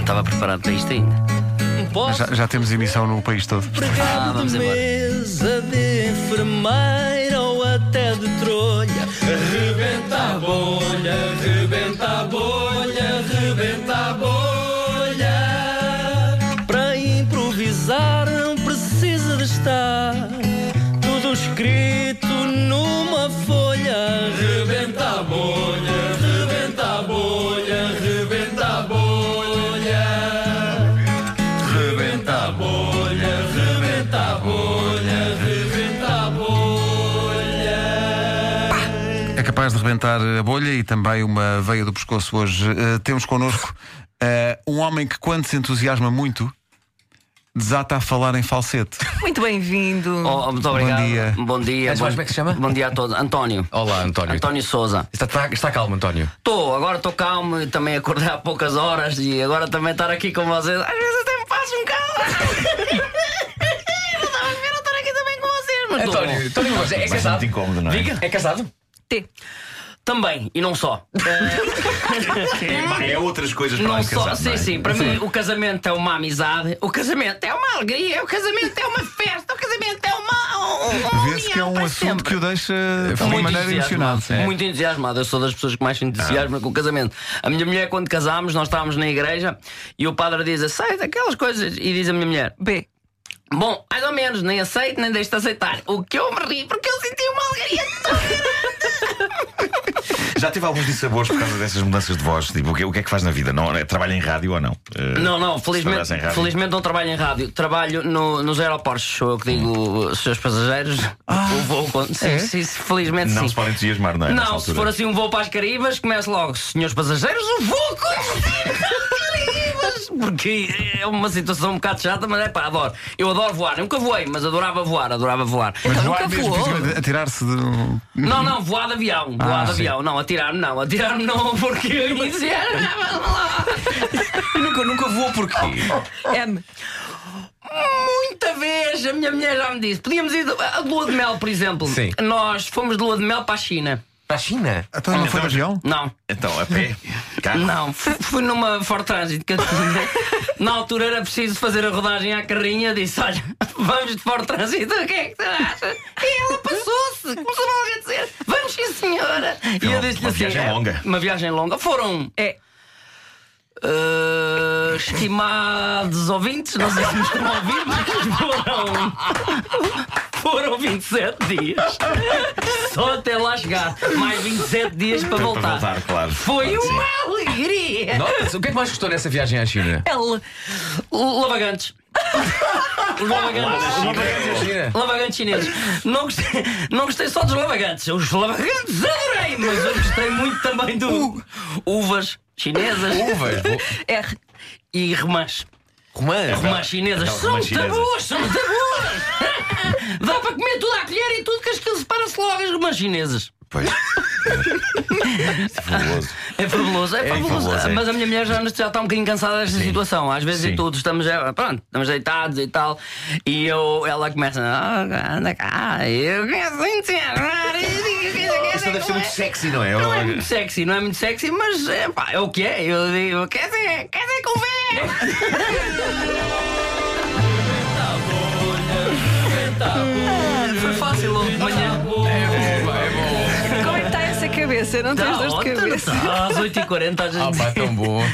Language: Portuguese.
estava preparado para isto ainda. Um pote Já, já temos emissão no país todo. Ah, pregado vamos de embora. mesa, de enfermeira ou até de trolha. Rebenta a bolha, rebenta a bolha, rebenta a bolha. Para improvisar não precisa de estar tudo escrito numa folha. Rebenta a bolha, rebenta a bolha, rebenta a bolha. Rebenta a bolha, rebenta a bolha, rebenta a bolha. É capaz de rebentar a bolha e também uma veia do pescoço hoje. Eh, temos connosco eh, um homem que, quando se entusiasma muito, desata a falar em falsete. Muito bem-vindo. Oh, muito obrigado. dia. Bom dia. Antes, bom, mais, como é que se chama? Bom dia a todos. António. Olá, António. António Souza. Está, está- está calmo, António. Estou, agora estou calmo e também acordei há poucas horas e agora também estar aqui com vocês. Às vezes até me passo um bocado. Não estava a esperar estar aqui também com vocês, mas estou bom. António, António, você é casado? Bastante incómodo, não é? Diga, é casado? T. Também, e não só. É, é outras coisas para Não lá só, casar, sim, não é? sim. Para mim, o casamento é uma amizade, o casamento é uma alegria, o casamento é uma festa, o casamento é uma. uma Vê-se que é união um para assunto sempre. que o deixa de É, uma maneira emocionada. é. Muito entusiasmado. Eu sou das pessoas que mais se entusiasmam com o casamento. A minha mulher, quando casámos, nós estávamos na igreja e o padre diz: aceita aquelas coisas. E diz a minha mulher: B. Bom, mais ou menos, nem aceito, nem deixo de aceitar. O que eu me ri, porque eu senti uma alegria tão Já teve alguns dissabores por causa dessas mudanças de voz? Tipo, o que, o que é que faz na vida? Não, é, trabalha em rádio ou não? Eh, Não, não, se felizmente, trabalhasse em rádio. felizmente não trabalho em rádio. Trabalho no- nos aeroportos, sou eu que digo, Hum. os seus passageiros. o voo con- sim, sim, sim, felizmente Ah. É? Não sim. se pode entusiasmar, não é? Não, nessa se altura? for assim um voo para as Caribas, começo logo, senhores passageiros, o voo conduzir às Caribas! Porque é uma situação um bocado chata, mas é pá, adoro. Eu adoro voar, nunca voei, mas adorava voar, adorava voar. Mas Então não há nunca mesmo voou. fisicamente a tirar-se de. um- Não, não, voar de avião, voar de sim. avião, não, atirar-me não, atirar-me não, porque eu ia dizer. Eu nunca, nunca vou porque. M. "Ah, Muita vez a minha mulher já me disse: podíamos ir de- a lua de mel, por exemplo. Sim. Nós fomos de lua de mel para a China. Para a China? Então não foi de avião? Não, Então, a pé, carro. não. Fui, fui numa Ford Transit. que eu- Na altura era preciso fazer a rodagem à carrinha. Disse: olha, vamos de Ford Transit, o que é que tu achas? E ela passou-se, começou logo a dizer: vamos, sim, senhora. E uma- eu disse-lhe uma assim: viagem "É, longa." Uma viagem longa. Foram. É. eh, estimados ouvintes, não sei se nos estão a ouvir, mas foram Foram 27 dias. Só até lá chegar. Mais 27 dias para Para voltar. voltar, claro. Foi um Claro que sim. uma alegria. Notas, o que é que mais gostou nessa viagem à China? L. Lavagantes. Lavagantes. China. Lavagantes chineses. Não gostei, não gostei só dos lavagantes. Os lavagantes adorei, mas eu gostei muito também do uvas chinesas Uvas, bo- R. e remãs. romãs. Remãs chinesas. Não, São remãs chinesas. tabus, são tabus. Dá para comer tudo à colher e tudo que aquilo separa-se logo as remãs chinesas. Pois. É fabuloso. É fabuloso, é, fabuloso. fabuloso, é. Mas a minha mulher já, nos- já está um bocadinho cansada desta situação. Às vezes e Sim. tudo, estamos, é, pronto, estamos deitados e tal. E eu, ela começa, "Ah, anda cá, eu quero enterrar. Isso deve ser muito sexy, não é? Não é muito sexy, não é muito sexy, mas é, pá, é o que é. Eu digo, quer dizer, quer dizer que eu vejo. Ah, Foi fácil hoje de manhã. Como é que está essa cabeça? Não tens Tá dor de ótimo, cabeça? tá. Às 8h40 a gente é Ah, pá, tão bom.